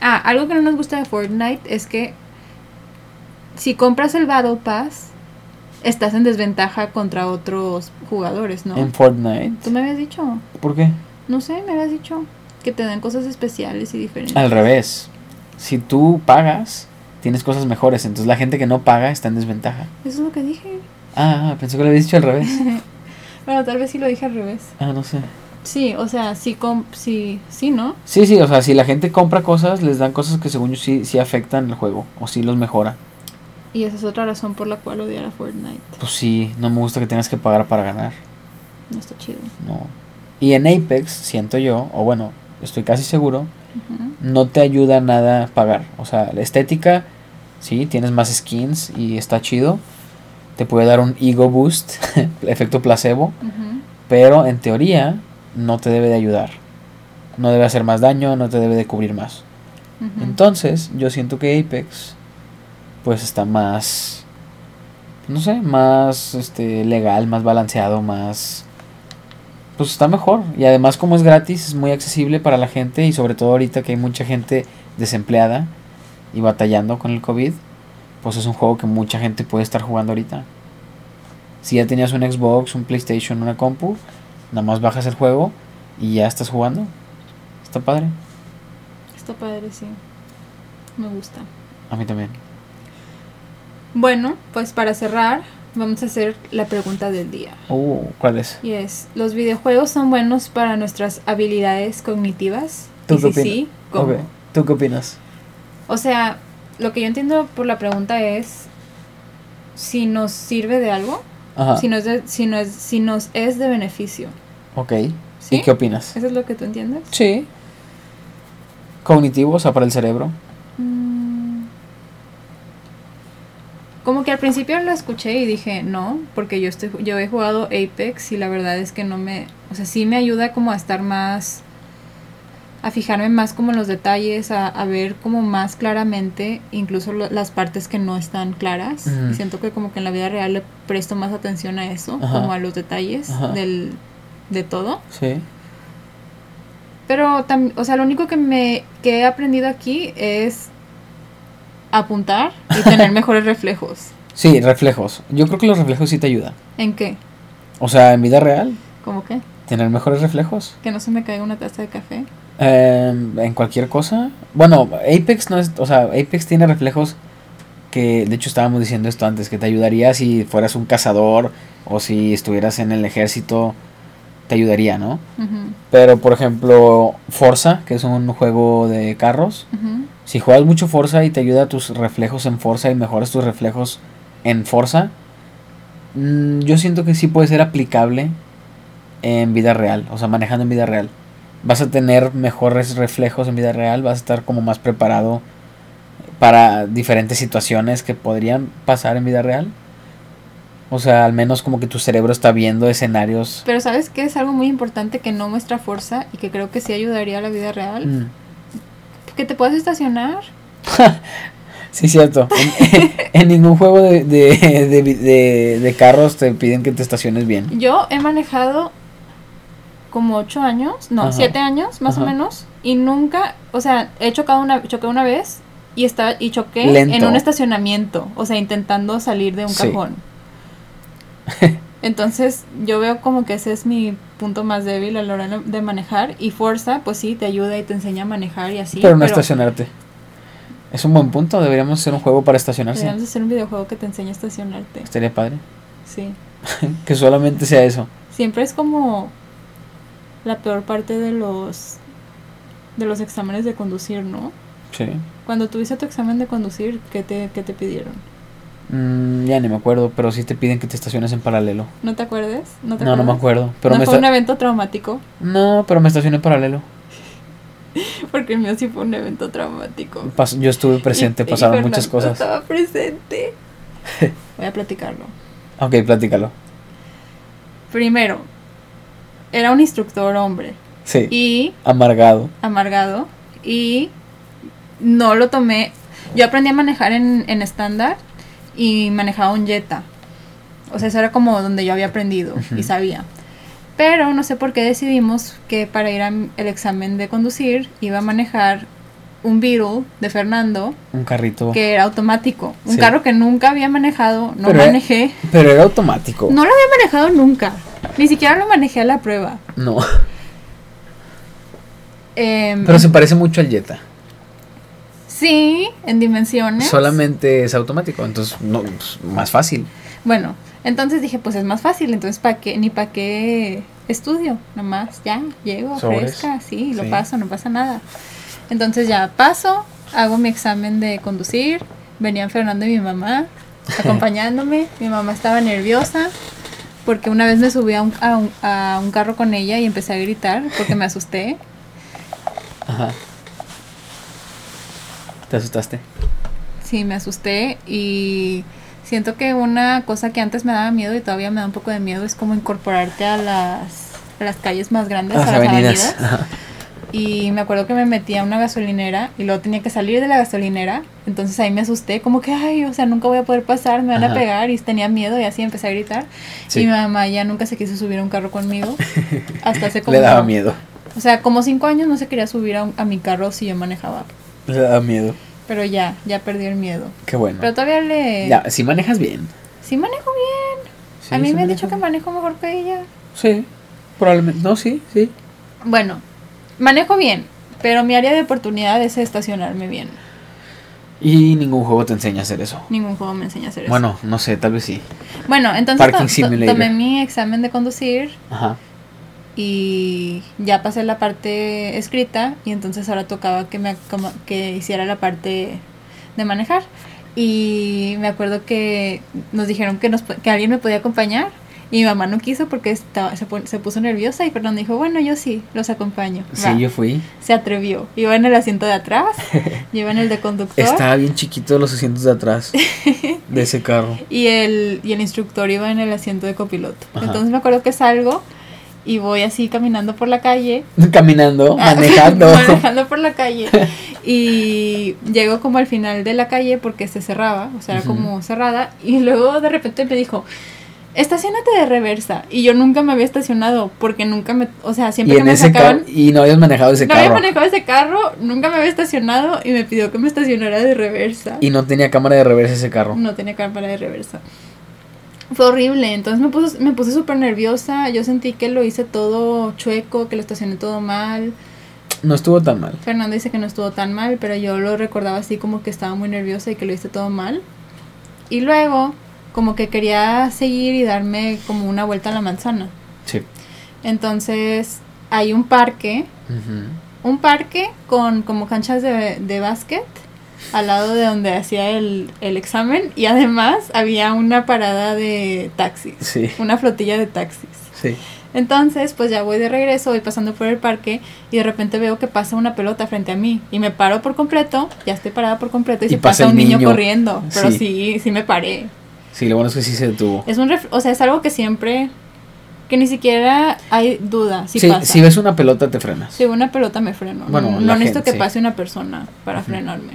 ah, algo que no nos gusta de Fortnite es que si compras el Battle Pass, estás en desventaja contra otros jugadores, ¿no? En Fortnite. Tú me habías dicho, ¿Por qué? no sé, me habías dicho que te dan cosas especiales y diferentes. Al revés. Si tú pagas, tienes cosas mejores. Entonces la gente que no paga está en desventaja. Eso es lo que dije. Ah, ah, pensé que lo habías dicho al revés. Bueno, tal vez sí lo dije al revés. Ah, no sé. Sí, o sea, sí, com sí, sí, ¿no? Sí, sí, o sea, si la gente compra cosas, les dan cosas que según yo sí, sí afectan el juego. O sí los mejora. Y esa es otra razón por la cual odiar a Fortnite. Pues sí, no me gusta que tengas que pagar para ganar. No está chido. No. Y en Apex, siento yo, o bueno, estoy casi seguro, Ujú. no te ayuda nada pagar. O sea, la estética, sí, tienes más skins y está chido. Te puede dar un ego boost, efecto placebo, Ujú. pero en teoría no te debe de ayudar. No debe hacer más daño, no te debe de cubrir más. Ujú. Entonces, yo siento que Apex pues está más no sé, más este legal, más balanceado, más pues está mejor y además como es gratis es muy accesible para la gente y sobre todo ahorita que hay mucha gente desempleada y batallando con el COVID, pues es un juego que mucha gente puede estar jugando ahorita. Si ya tenías un Xbox, un PlayStation, una compu, nada más bajas el juego y ya estás jugando. Está padre. Está padre, sí. Me gusta. A mí también. Bueno, pues para cerrar, vamos a hacer la pregunta del día. Uh, ¿cuál es? Y es, ¿los videojuegos son buenos para nuestras habilidades cognitivas? ¿Tú Y qué si opinas? sí, ¿cómo? Ok, ¿Tú qué opinas? O sea, lo que yo entiendo por la pregunta es si nos sirve de algo, Ajá. si, nos de- si, nos, si nos es de beneficio. ok. ¿Sí? ¿Y qué opinas? ¿Eso es lo que tú entiendes? Sí. Cognitivo, o sea, para el cerebro. Mm. Como que al principio lo escuché y dije, no, porque yo estoy yo he jugado Apex y la verdad es que no me, o sea, sí me ayuda como a estar más a fijarme más como en los detalles, a, a ver como más claramente incluso lo- las partes que no están claras. Ujú. Y siento que como que en la vida real le presto más atención a eso, Ajá. como a los detalles Ajá. del de todo. Sí. Pero, tam- o sea, lo único que, me, que he aprendido aquí es apuntar y tener mejores reflejos. Sí, reflejos. Yo creo que los reflejos sí te ayudan. ¿En qué? O sea, en vida real, ¿Cómo qué? tener mejores reflejos. Que no se me caiga una taza de café. Eh, en cualquier cosa. Bueno, Apex no es. O sea, Apex tiene reflejos que. De hecho, estábamos diciendo esto antes: que te ayudaría si fueras un cazador o si estuvieras en el ejército. Te ayudaría, ¿no? Ujú, Pero por ejemplo, Forza, que es un juego de carros, ujú, si juegas mucho Forza y te ayuda a tus reflejos en Forza y mejoras tus reflejos en Forza, mm, yo siento que sí puede ser aplicable en vida real, o sea, manejando en vida real. Vas a tener mejores reflejos en vida real, vas a estar como más preparado para diferentes situaciones que podrían pasar en vida real. O sea, al menos como que tu cerebro está viendo escenarios. Pero ¿sabes qué? Es algo muy importante que no muestra fuerza y que creo que sí ayudaría a la vida real. Mm. Que te puedas estacionar. Sí, cierto. En, en ningún juego de, de, de vi- de- de carros te piden que te estaciones bien. Yo he manejado como ocho años, no, Ajá. siete años más o Ajá. menos, y nunca, o sea, he chocado una, choqué una vez y estaba, y choqué Lento. en un estacionamiento, o sea, intentando salir de un Sí. cajón. Entonces, yo veo como que ese es mi punto más débil a la hora de- de manejar, y fuerza, pues sí, te ayuda y te enseña a manejar y así. pero no estacionarte. Es un buen punto. Deberíamos hacer un juego para estacionarse. Deberíamos hacer un videojuego que te enseñe a estacionarte. Estaría padre. Sí. que solamente sea eso. Siempre es como la peor parte de los de los exámenes de conducir, ¿no? Sí. Cuando tuviste tu examen de conducir, ¿qué te, qué te pidieron? Mm, ya ni me acuerdo, pero sí te piden que te estaciones en paralelo. ¿No te acuerdes? te No, no me acuerdas? acuerdo. Pero no me fue un esta- evento traumático, No, pero me estacioné en paralelo. porque el mío sí fue un evento traumático. Pas- yo estuve presente, Y- y pasaron Fernando muchas cosas. Estaba presente. Voy a platicarlo. Ok, platícalo. Primero, era un instructor hombre Sí. y Amargado. amargado y no lo tomé. Yo aprendí a manejar en en estándar y manejaba un Jetta. O sea, eso era como donde yo había aprendido y Ujú. sabía. Pero no sé por qué decidimos que para ir al examen de conducir iba a manejar un Beetle de Fernando Un carrito. que era automático. Un Oh. Sí. carro que nunca había manejado, no Pero eh, oh. era- manejé. Pero era automático. No lo había manejado nunca. Ni siquiera lo manejé a la prueba. No. Em, Pero se parece mucho al Jetta. Sí, en dimensiones. Solamente es automático. Entonces, no, pues, más fácil. Bueno, entonces dije, pues es más fácil, entonces para qué, ni para qué estudio, nomás ya, llego, Sobres. fresca, sí, lo Sí. paso, no pasa nada. Entonces ya paso, hago mi examen de conducir, venían Fernando y mi mamá acompañándome, mi mamá estaba nerviosa. Porque una vez me subí a un, a un- a un carro con ella y empecé a gritar porque me asusté. Ajá. ¿Te asustaste? Sí, me asusté y siento que una cosa que antes me daba miedo y todavía me da un poco de miedo es como incorporarte a las, a las calles más grandes, a las avenidas. Ajá. Y me acuerdo que me metí a una gasolinera y luego tenía que salir de la gasolinera. Entonces ahí me asusté, como que, ay, o sea, nunca voy a poder pasar, me van a Ajá. pegar. Y tenía miedo y así empecé a gritar. Sí. Y mi mamá ya nunca se quiso subir a un carro conmigo. Hasta hace como. Le daba miedo. O sea, como cinco años no se quería subir a, un- a mi carro si yo manejaba. Le daba miedo. Pero ya, ya perdí el miedo. Qué bueno. Pero todavía le. Ya, si manejas bien. Sí manejo bien. a mí me han dicho que manejo mejor que ella. Sí, probablemente. No, sí, sí. Bueno, manejo bien, pero mi área de oportunidad es estacionarme bien. Y ningún juego te enseña a hacer eso. Ningún juego me enseña a hacer Bueno, no sé, tal vez sí. eso. Bueno, entonces Parking to- to- Simulator. tomé mi examen de conducir Ajá. y ya pasé la parte escrita y entonces ahora tocaba que me ac- como- que hiciera la parte de manejar y me acuerdo que nos dijeron que nos po- que alguien me podía acompañar y mi mamá no quiso porque estaba, se, pon- se puso nerviosa y Fernando dijo, bueno, yo sí, los acompaño. Va. Sí, yo fui. Se atrevió. Iba en el asiento de atrás, lleva en el de conductor Estaba bien chiquito los asientos de atrás de ese carro. y el, y el instructor iba en el asiento de copiloto. Ajá. Entonces me acuerdo que salgo y voy así caminando por la calle Caminando, Ah, manejando. manejando por la calle. Y llegó como al final de la calle porque se cerraba, o sea, era Ujú. como cerrada. Y luego de repente me dijo, estacionate de reversa. Y yo nunca me había estacionado porque nunca me, o sea, siempre y que en me ese sacaban... carro. Y no habías manejado ese no había carro. manejado ese carro, nunca me había estacionado y me pidió que me estacionara de reversa. Y no tenía cámara de reversa ese carro. No tenía cámara de reversa. Fue horrible, entonces me puse me puse súper nerviosa, yo sentí que lo hice todo chueco, que lo estacioné todo mal, No estuvo tan mal. Fernando dice que no estuvo tan mal, pero yo lo recordaba así como que estaba muy nerviosa y que lo hice todo mal. Y luego, como que quería seguir y darme como una vuelta a la manzana. Sí. Entonces, hay un parque, Ujú. un parque con como canchas de, de básquet al lado de donde hacía el, el examen y además había una parada de taxis, Sí, una flotilla de taxis. sí. Entonces, pues ya voy de regreso, voy pasando por el parque y de repente veo que pasa una pelota frente a mí y me paro por completo, ya estoy parada por completo y, Y se pasa pasa, el un niño, niño. corriendo, pero Sí. sí. sí, me paré. Sí, lo bueno es que sí se detuvo. Es un, ref- o sea, es algo que siempre que ni siquiera hay duda si Sí, pasa. si ves una pelota te frenas. Si veo una pelota me freno. Bueno, no la no necesito que gente, sí. pase una persona para Ujú. frenarme.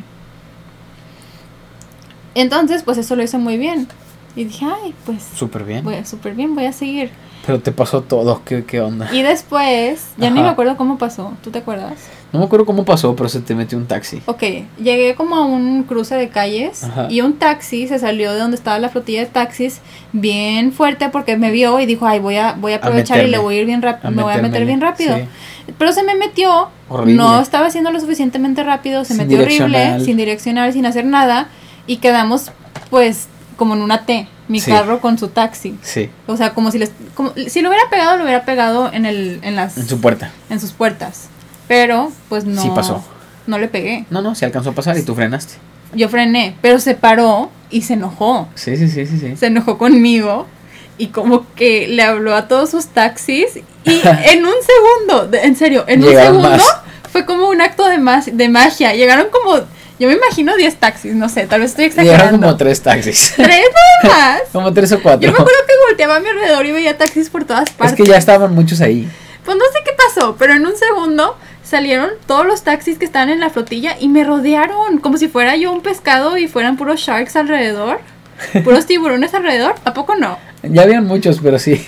Entonces, pues eso lo hice muy bien. Y dije, ay, pues Súper bien. voy a- súper bien, voy a seguir. Pero te pasó todo, ¿qué, qué onda? Y después, ya ni Ajá. me acuerdo cómo pasó, ¿tú te acuerdas? No me acuerdo cómo pasó, pero se te metió un taxi. Ok, llegué como a un cruce de calles Ajá. y un taxi se salió de donde estaba la flotilla de taxis bien fuerte porque me vio y dijo, ay, voy a, voy a aprovechar y meterme, le voy a ir bien rápido, me voy a meter metérmele. bien rápido. Sí. Pero se me metió, Horrible. no estaba haciendo lo suficientemente rápido, se Sin metió horrible, direccional. sin direccional, sin hacer nada y quedamos pues como en una T, mi Sí. carro con su taxi. Sí, O sea, como si, les, como, si lo hubiera pegado, lo hubiera pegado en, el, en, las, en su puerta. en sus puertas. Pero pues no, Sí pasó. no le pegué. No, no, se alcanzó a pasar y tú frenaste. Yo frené, pero se paró y se enojó. Sí, sí, sí, sí, sí. Se enojó conmigo y como que le habló a todos sus taxis y en un segundo, de- en serio, en Llegaron un segundo más. fue como un acto de, mas- de magia. Llegaron como, yo me imagino 10 taxis, no sé, tal vez estoy Llegaron como exagerando. tres taxis. Tres nada más. como tres o Yo cuatro. me acuerdo que volteaba a mi alrededor y veía taxis por todas es partes. que ya estaban muchos ahí. Pues no sé qué pasó, pero en un segundo salieron todos los taxis que estaban en la flotilla y me rodearon como si fuera yo un pescado y fueran puros sharks alrededor, puros tiburones alrededor. ¿A poco no? Ya habían muchos, pero sí.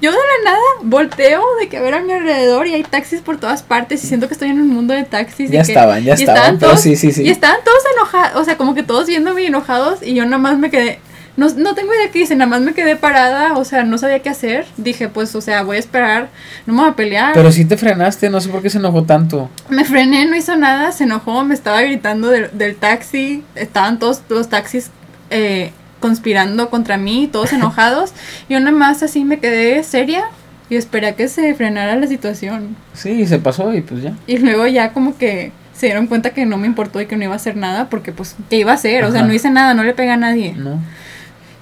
Yo de la nada volteo de que a ver a mi alrededor y hay taxis por todas partes y siento que estoy en un mundo de taxis. Ya y que- estaban, ya y estaban. Pero todos, sí, sí, sí. Y estaban todos enojados, o sea, como que todos viéndome enojados y yo nada más me quedé, no, no tengo idea qué hice, nada más me quedé parada, o sea, no sabía qué hacer. Dije, pues, o sea, voy a esperar, no me voy a pelear. Pero sí te frenaste, no sé por qué se enojó tanto. Me frené, no hizo nada, se enojó, me estaba gritando del, del taxi, estaban todos los taxis eh, conspirando contra mí, todos enojados. Yo nada más así me quedé seria y esperé a que se frenara la situación. Sí, se pasó y pues ya. Y luego ya como que se dieron cuenta que no me importó y que no iba a hacer nada, porque pues, ¿qué iba a hacer? O sea, Ajá. no hice nada, no le pega a nadie. No.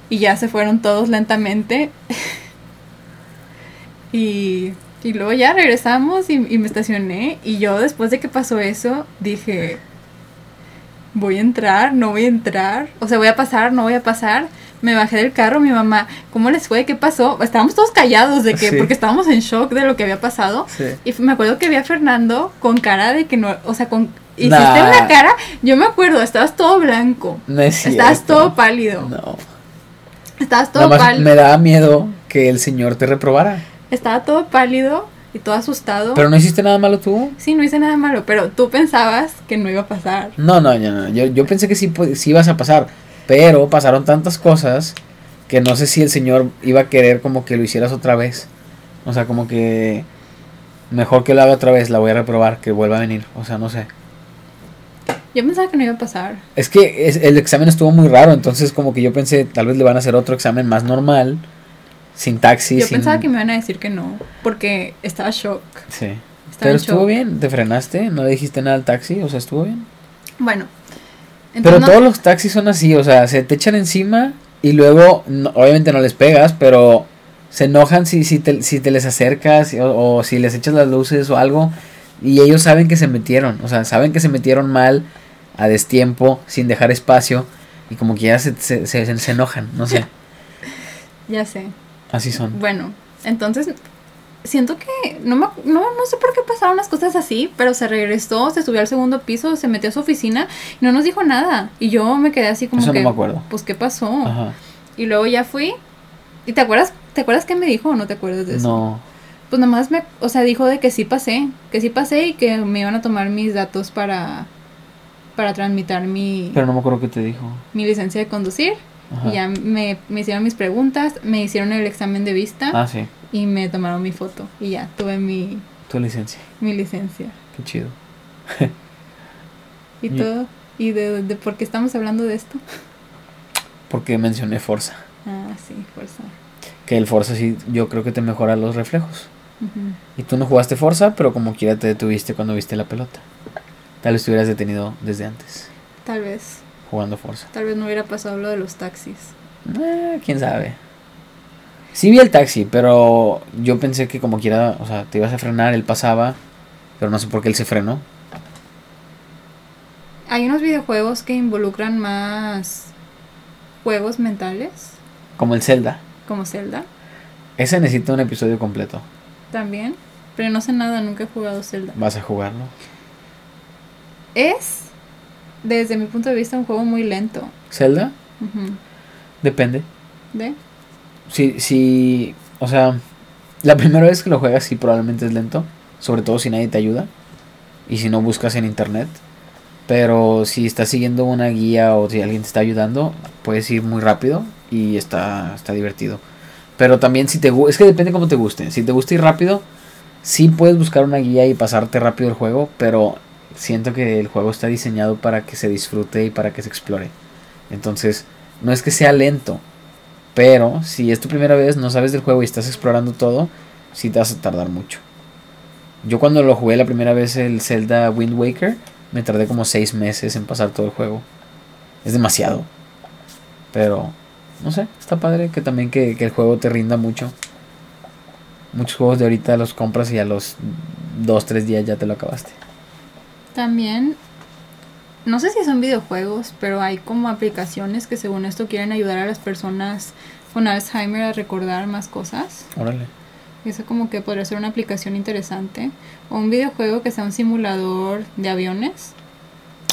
Y ya se fueron todos lentamente. y, y luego ya regresamos y, y me estacioné. Y yo después de que pasó eso, dije, voy a entrar, no voy a entrar. O sea, voy a pasar, no voy a pasar. Me bajé del carro, mi mamá, ¿cómo les fue? ¿Qué pasó? Estábamos todos callados de que, Sí. porque estábamos en shock de lo que había pasado. Sí. Y f- me acuerdo que vi a Fernando con cara de que no, o sea, con... Hiciste Nah. una cara, yo me acuerdo, estabas todo blanco, No es cierto. estabas todo pálido. No. Estabas todo Nada más pálido. me daba miedo que el señor te reprobara. Estaba todo pálido y todo asustado. Pero no hiciste nada malo tú. sí, no hice nada malo, pero tú pensabas que no iba a pasar. No, no, no, no. Yo, yo pensé que sí, pu- sí ibas a pasar. Pero pasaron tantas cosas que no sé si el señor iba a querer como que lo hicieras otra vez. O sea, como que mejor que lo haga otra vez, la voy a reprobar, que vuelva a venir. O sea, no sé. Yo pensaba que no iba a pasar. Es que es- el examen estuvo muy raro, entonces como que yo pensé, tal vez le van a hacer otro examen más normal, sin taxi, Yo sin... pensaba que me iban a decir que no, porque estaba shock. Sí. Estaba Pero en estuvo shock. bien, te frenaste, no le dijiste nada al taxi, o sea, estuvo bien. Bueno. Pero entonces no- todos los taxis son así, o sea, se te echan encima y luego, no- obviamente no les pegas, pero se enojan si, si, te, si te les acercas o, o si les echas las luces o algo y ellos saben que se metieron, o sea, saben que se metieron mal, a destiempo, sin dejar espacio y como que ya se, se, se- se- se enojan, no sé, Ya sé. así son. Bueno, entonces siento que no, me, acu- no, no sé por qué pasaron las cosas así, pero se regresó, se subió al segundo piso, se metió a su oficina y no nos dijo nada. Y yo me quedé así como Eso no que, me acuerdo. pues, ¿qué pasó? Ajá. Y luego ya fui. ¿Y te acuerdas? ¿Te acuerdas qué me dijo o no te acuerdas de eso? No, Pues nada más me, o sea, dijo de que sí pasé, que sí pasé y que me iban a tomar mis datos para para tramitar mi, pero no me acuerdo qué te dijo. mi licencia de conducir. Ajá. Y ya me, me hicieron mis preguntas, me hicieron el examen de vista Ah, sí, y me tomaron mi foto. Y ya tuve mi, tu licencia, mi licencia. qué chido. Y Y- todo. ¿Y de, de por qué estamos hablando de esto? Porque mencioné Forza, Ah, sí, fuerza. que el Forza sí, yo creo que te mejora los reflejos. Ujú. Y tú no jugaste Forza, pero como quiera te detuviste cuando viste la pelota. Tal vez te hubieras detenido desde antes, Tal vez, jugando Forza. tal vez no hubiera pasado lo de los taxis. Eh, ¿Quién sabe? Sí vi el taxi, pero yo pensé que como quiera, o sea, te ibas a frenar, él pasaba, pero no sé por qué él se frenó. Hay unos videojuegos que involucran más juegos mentales, Como el Zelda. como Zelda Ese necesita un episodio completo. también, pero no sé nada, nunca he jugado Zelda. Vas a jugarlo. Es, desde mi punto de vista, un juego muy lento. ¿Zelda? Ujú. Depende. ¿De? Si, si, o sea, la primera vez que lo juegas sí probablemente es lento, sobre todo si nadie te ayuda y si no buscas en internet, pero si estás siguiendo una guía o si alguien te está ayudando, puedes ir muy rápido y está, está divertido. Pero también si te gu- es que depende cómo te guste, si te gusta ir rápido, sí puedes buscar una guía y pasarte rápido el juego, pero siento que el juego está diseñado para que se disfrute y para que se explore. Entonces, no es que sea lento, pero si es tu primera vez, no sabes del juego y estás explorando todo, sí te vas a tardar mucho. Yo cuando lo jugué la primera vez el Zelda Wind Waker, me tardé como 6 meses en pasar todo el juego. Es demasiado. Pero, no sé, está padre que también que, que el juego te rinda mucho. Muchos juegos de ahorita los compras y a los 2, 3 días ya te lo acabaste. También, no sé si son videojuegos, pero hay como aplicaciones que según esto quieren ayudar a las personas con Alzheimer a recordar más cosas. Órale. Eso como que podría ser una aplicación interesante. O un videojuego que sea un simulador de aviones.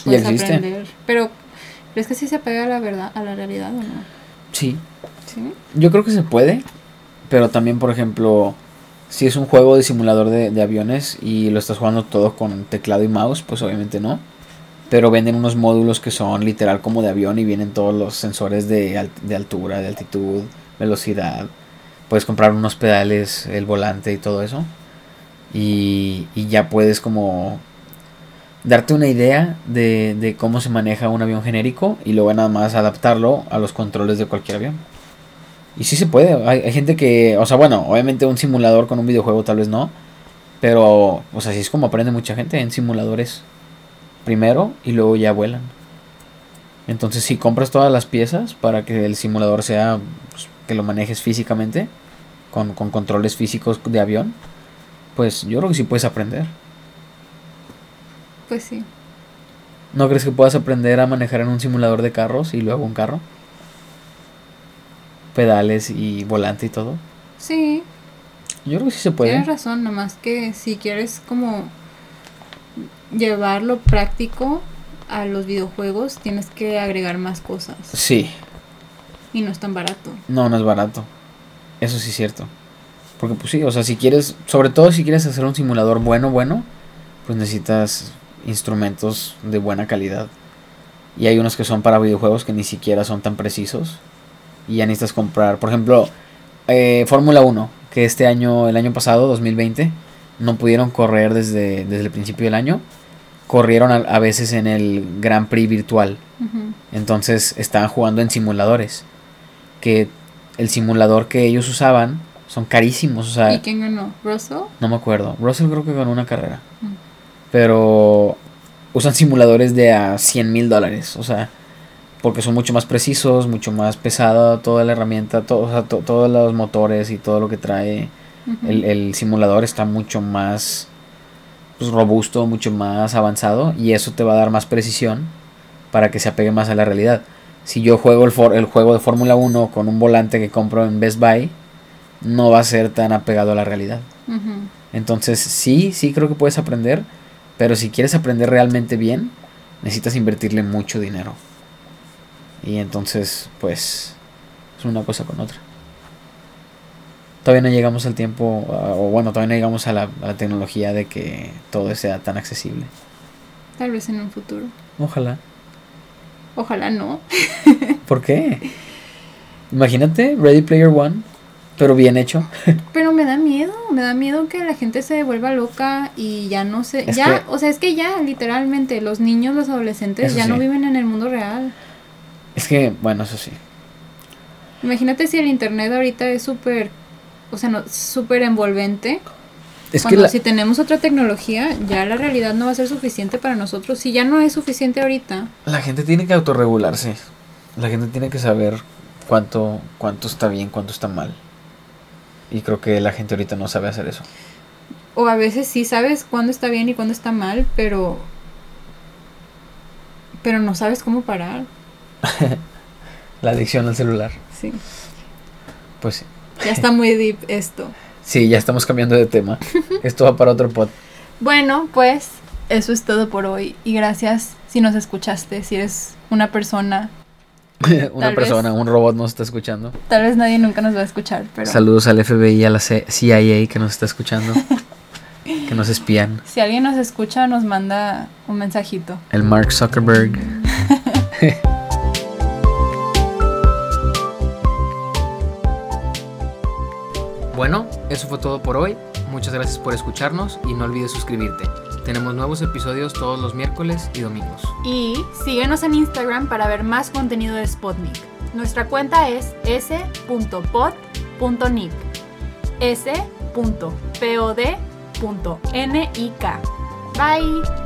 Ya existe. Pero, ¿crees que sí se apega a la verdad, a la realidad o no? Sí, Sí. Yo creo que se puede, pero también, por ejemplo, si es un juego de simulador de, de aviones y lo estás jugando todo con teclado y mouse, pues obviamente no. Pero venden unos módulos que son literal como de avión y vienen todos los sensores de, al- de altura, de altitud, velocidad. Puedes comprar unos pedales, el volante y todo eso. Y, y ya puedes como darte una idea de, de cómo se maneja un avión genérico y luego nada más adaptarlo a los controles de cualquier avión. Y sí se puede. Hay, hay gente que, o sea, bueno, obviamente un simulador con un videojuego tal vez no. Pero, o sea, así es como aprende mucha gente en simuladores. Primero y luego ya vuelan. Entonces, si compras todas las piezas para que el simulador sea, pues, que lo manejes físicamente, con, con controles físicos de avión, pues yo creo que sí puedes aprender. Pues sí. ¿No crees que puedas aprender a manejar en un simulador de carros y luego un carro? Pedales y volante y todo. Sí, Yo creo que sí se puede. Tienes razón, nomás que si quieres como llevarlo práctico a los videojuegos, tienes que agregar más cosas. Sí, Y no es tan barato. no, no es barato. Eso sí es cierto. Porque pues sí, o sea, si quieres, sobre todo si quieres hacer un simulador bueno, bueno, pues necesitas instrumentos de buena calidad. Y hay unos que son para videojuegos que ni siquiera son tan precisos. Y ya necesitas comprar, por ejemplo, eh, Fórmula 1, que este año, el año pasado, 2020, no pudieron correr desde, desde el principio del año. Corrieron a- a veces en el Grand Prix virtual. Ujú. Entonces estaban jugando en simuladores. Que el simulador que ellos usaban son carísimos. O sea, ¿Y quién ganó? ¿Russell? no me acuerdo. Russell creo que ganó una carrera. Mm. Pero usan simuladores de a 100 mil dólares. O sea, porque son mucho más precisos, mucho más pesada toda la herramienta, todo, o sea, to- todos los motores y todo lo que trae Ujú. el, el simulador está mucho más pues, robusto, mucho más avanzado y eso te va a dar más precisión para que se apegue más a la realidad. Si yo juego el, for- el juego de Fórmula 1 con un volante que compro en Best Buy, no va a ser tan apegado a la realidad. Ujú. Entonces sí, sí creo que puedes aprender, pero si quieres aprender realmente bien, necesitas invertirle mucho dinero. Y entonces, pues, es una cosa con otra. Todavía no llegamos al tiempo, a- o bueno, todavía no llegamos a la, a la tecnología de que todo sea tan accesible. Tal vez en un futuro. Ojalá. Ojalá no. ¿Por qué? Imagínate Ready Player One, pero bien hecho. Pero me da miedo, me da miedo que la gente se vuelva loca y ya no sé. Es ya, que- o sea, es que ya, literalmente, los niños, los adolescentes Eso ya no sí. viven en el mundo real. Es que, bueno, eso sí. Imagínate si el internet ahorita es súper, o sea, no, súper envolvente. Es que Cuando la- si tenemos otra tecnología, ya la realidad no va a ser suficiente para nosotros. Si ya no es suficiente ahorita, La gente tiene que autorregularse. La gente tiene que saber cuánto, cuánto está bien, cuánto está mal. Y creo que la gente ahorita no sabe hacer eso. o a veces sí sabes cuándo está bien y cuándo está mal, pero pero no sabes cómo parar. La adicción al celular. Sí. Pues sí. Ya está muy deep esto. Sí, ya estamos cambiando de tema. Esto va para otro pod. Bueno, pues eso es todo por hoy y gracias si nos escuchaste, si eres una persona, Una Tal persona, un robot nos está escuchando. tal vez nadie nunca nos va a escuchar, pero Saludos al FBI y a la C- CIA que nos está escuchando. que nos espían. si alguien nos escucha nos manda un mensajito. El Mark Zuckerberg. Bueno, eso fue todo por hoy. Muchas gracias por escucharnos y no olvides suscribirte. Tenemos nuevos episodios todos los miércoles y domingos. Y síguenos en Instagram para ver más contenido de Spotnik. Nuestra cuenta es s.pod.nick. s.pod.nik. Bye.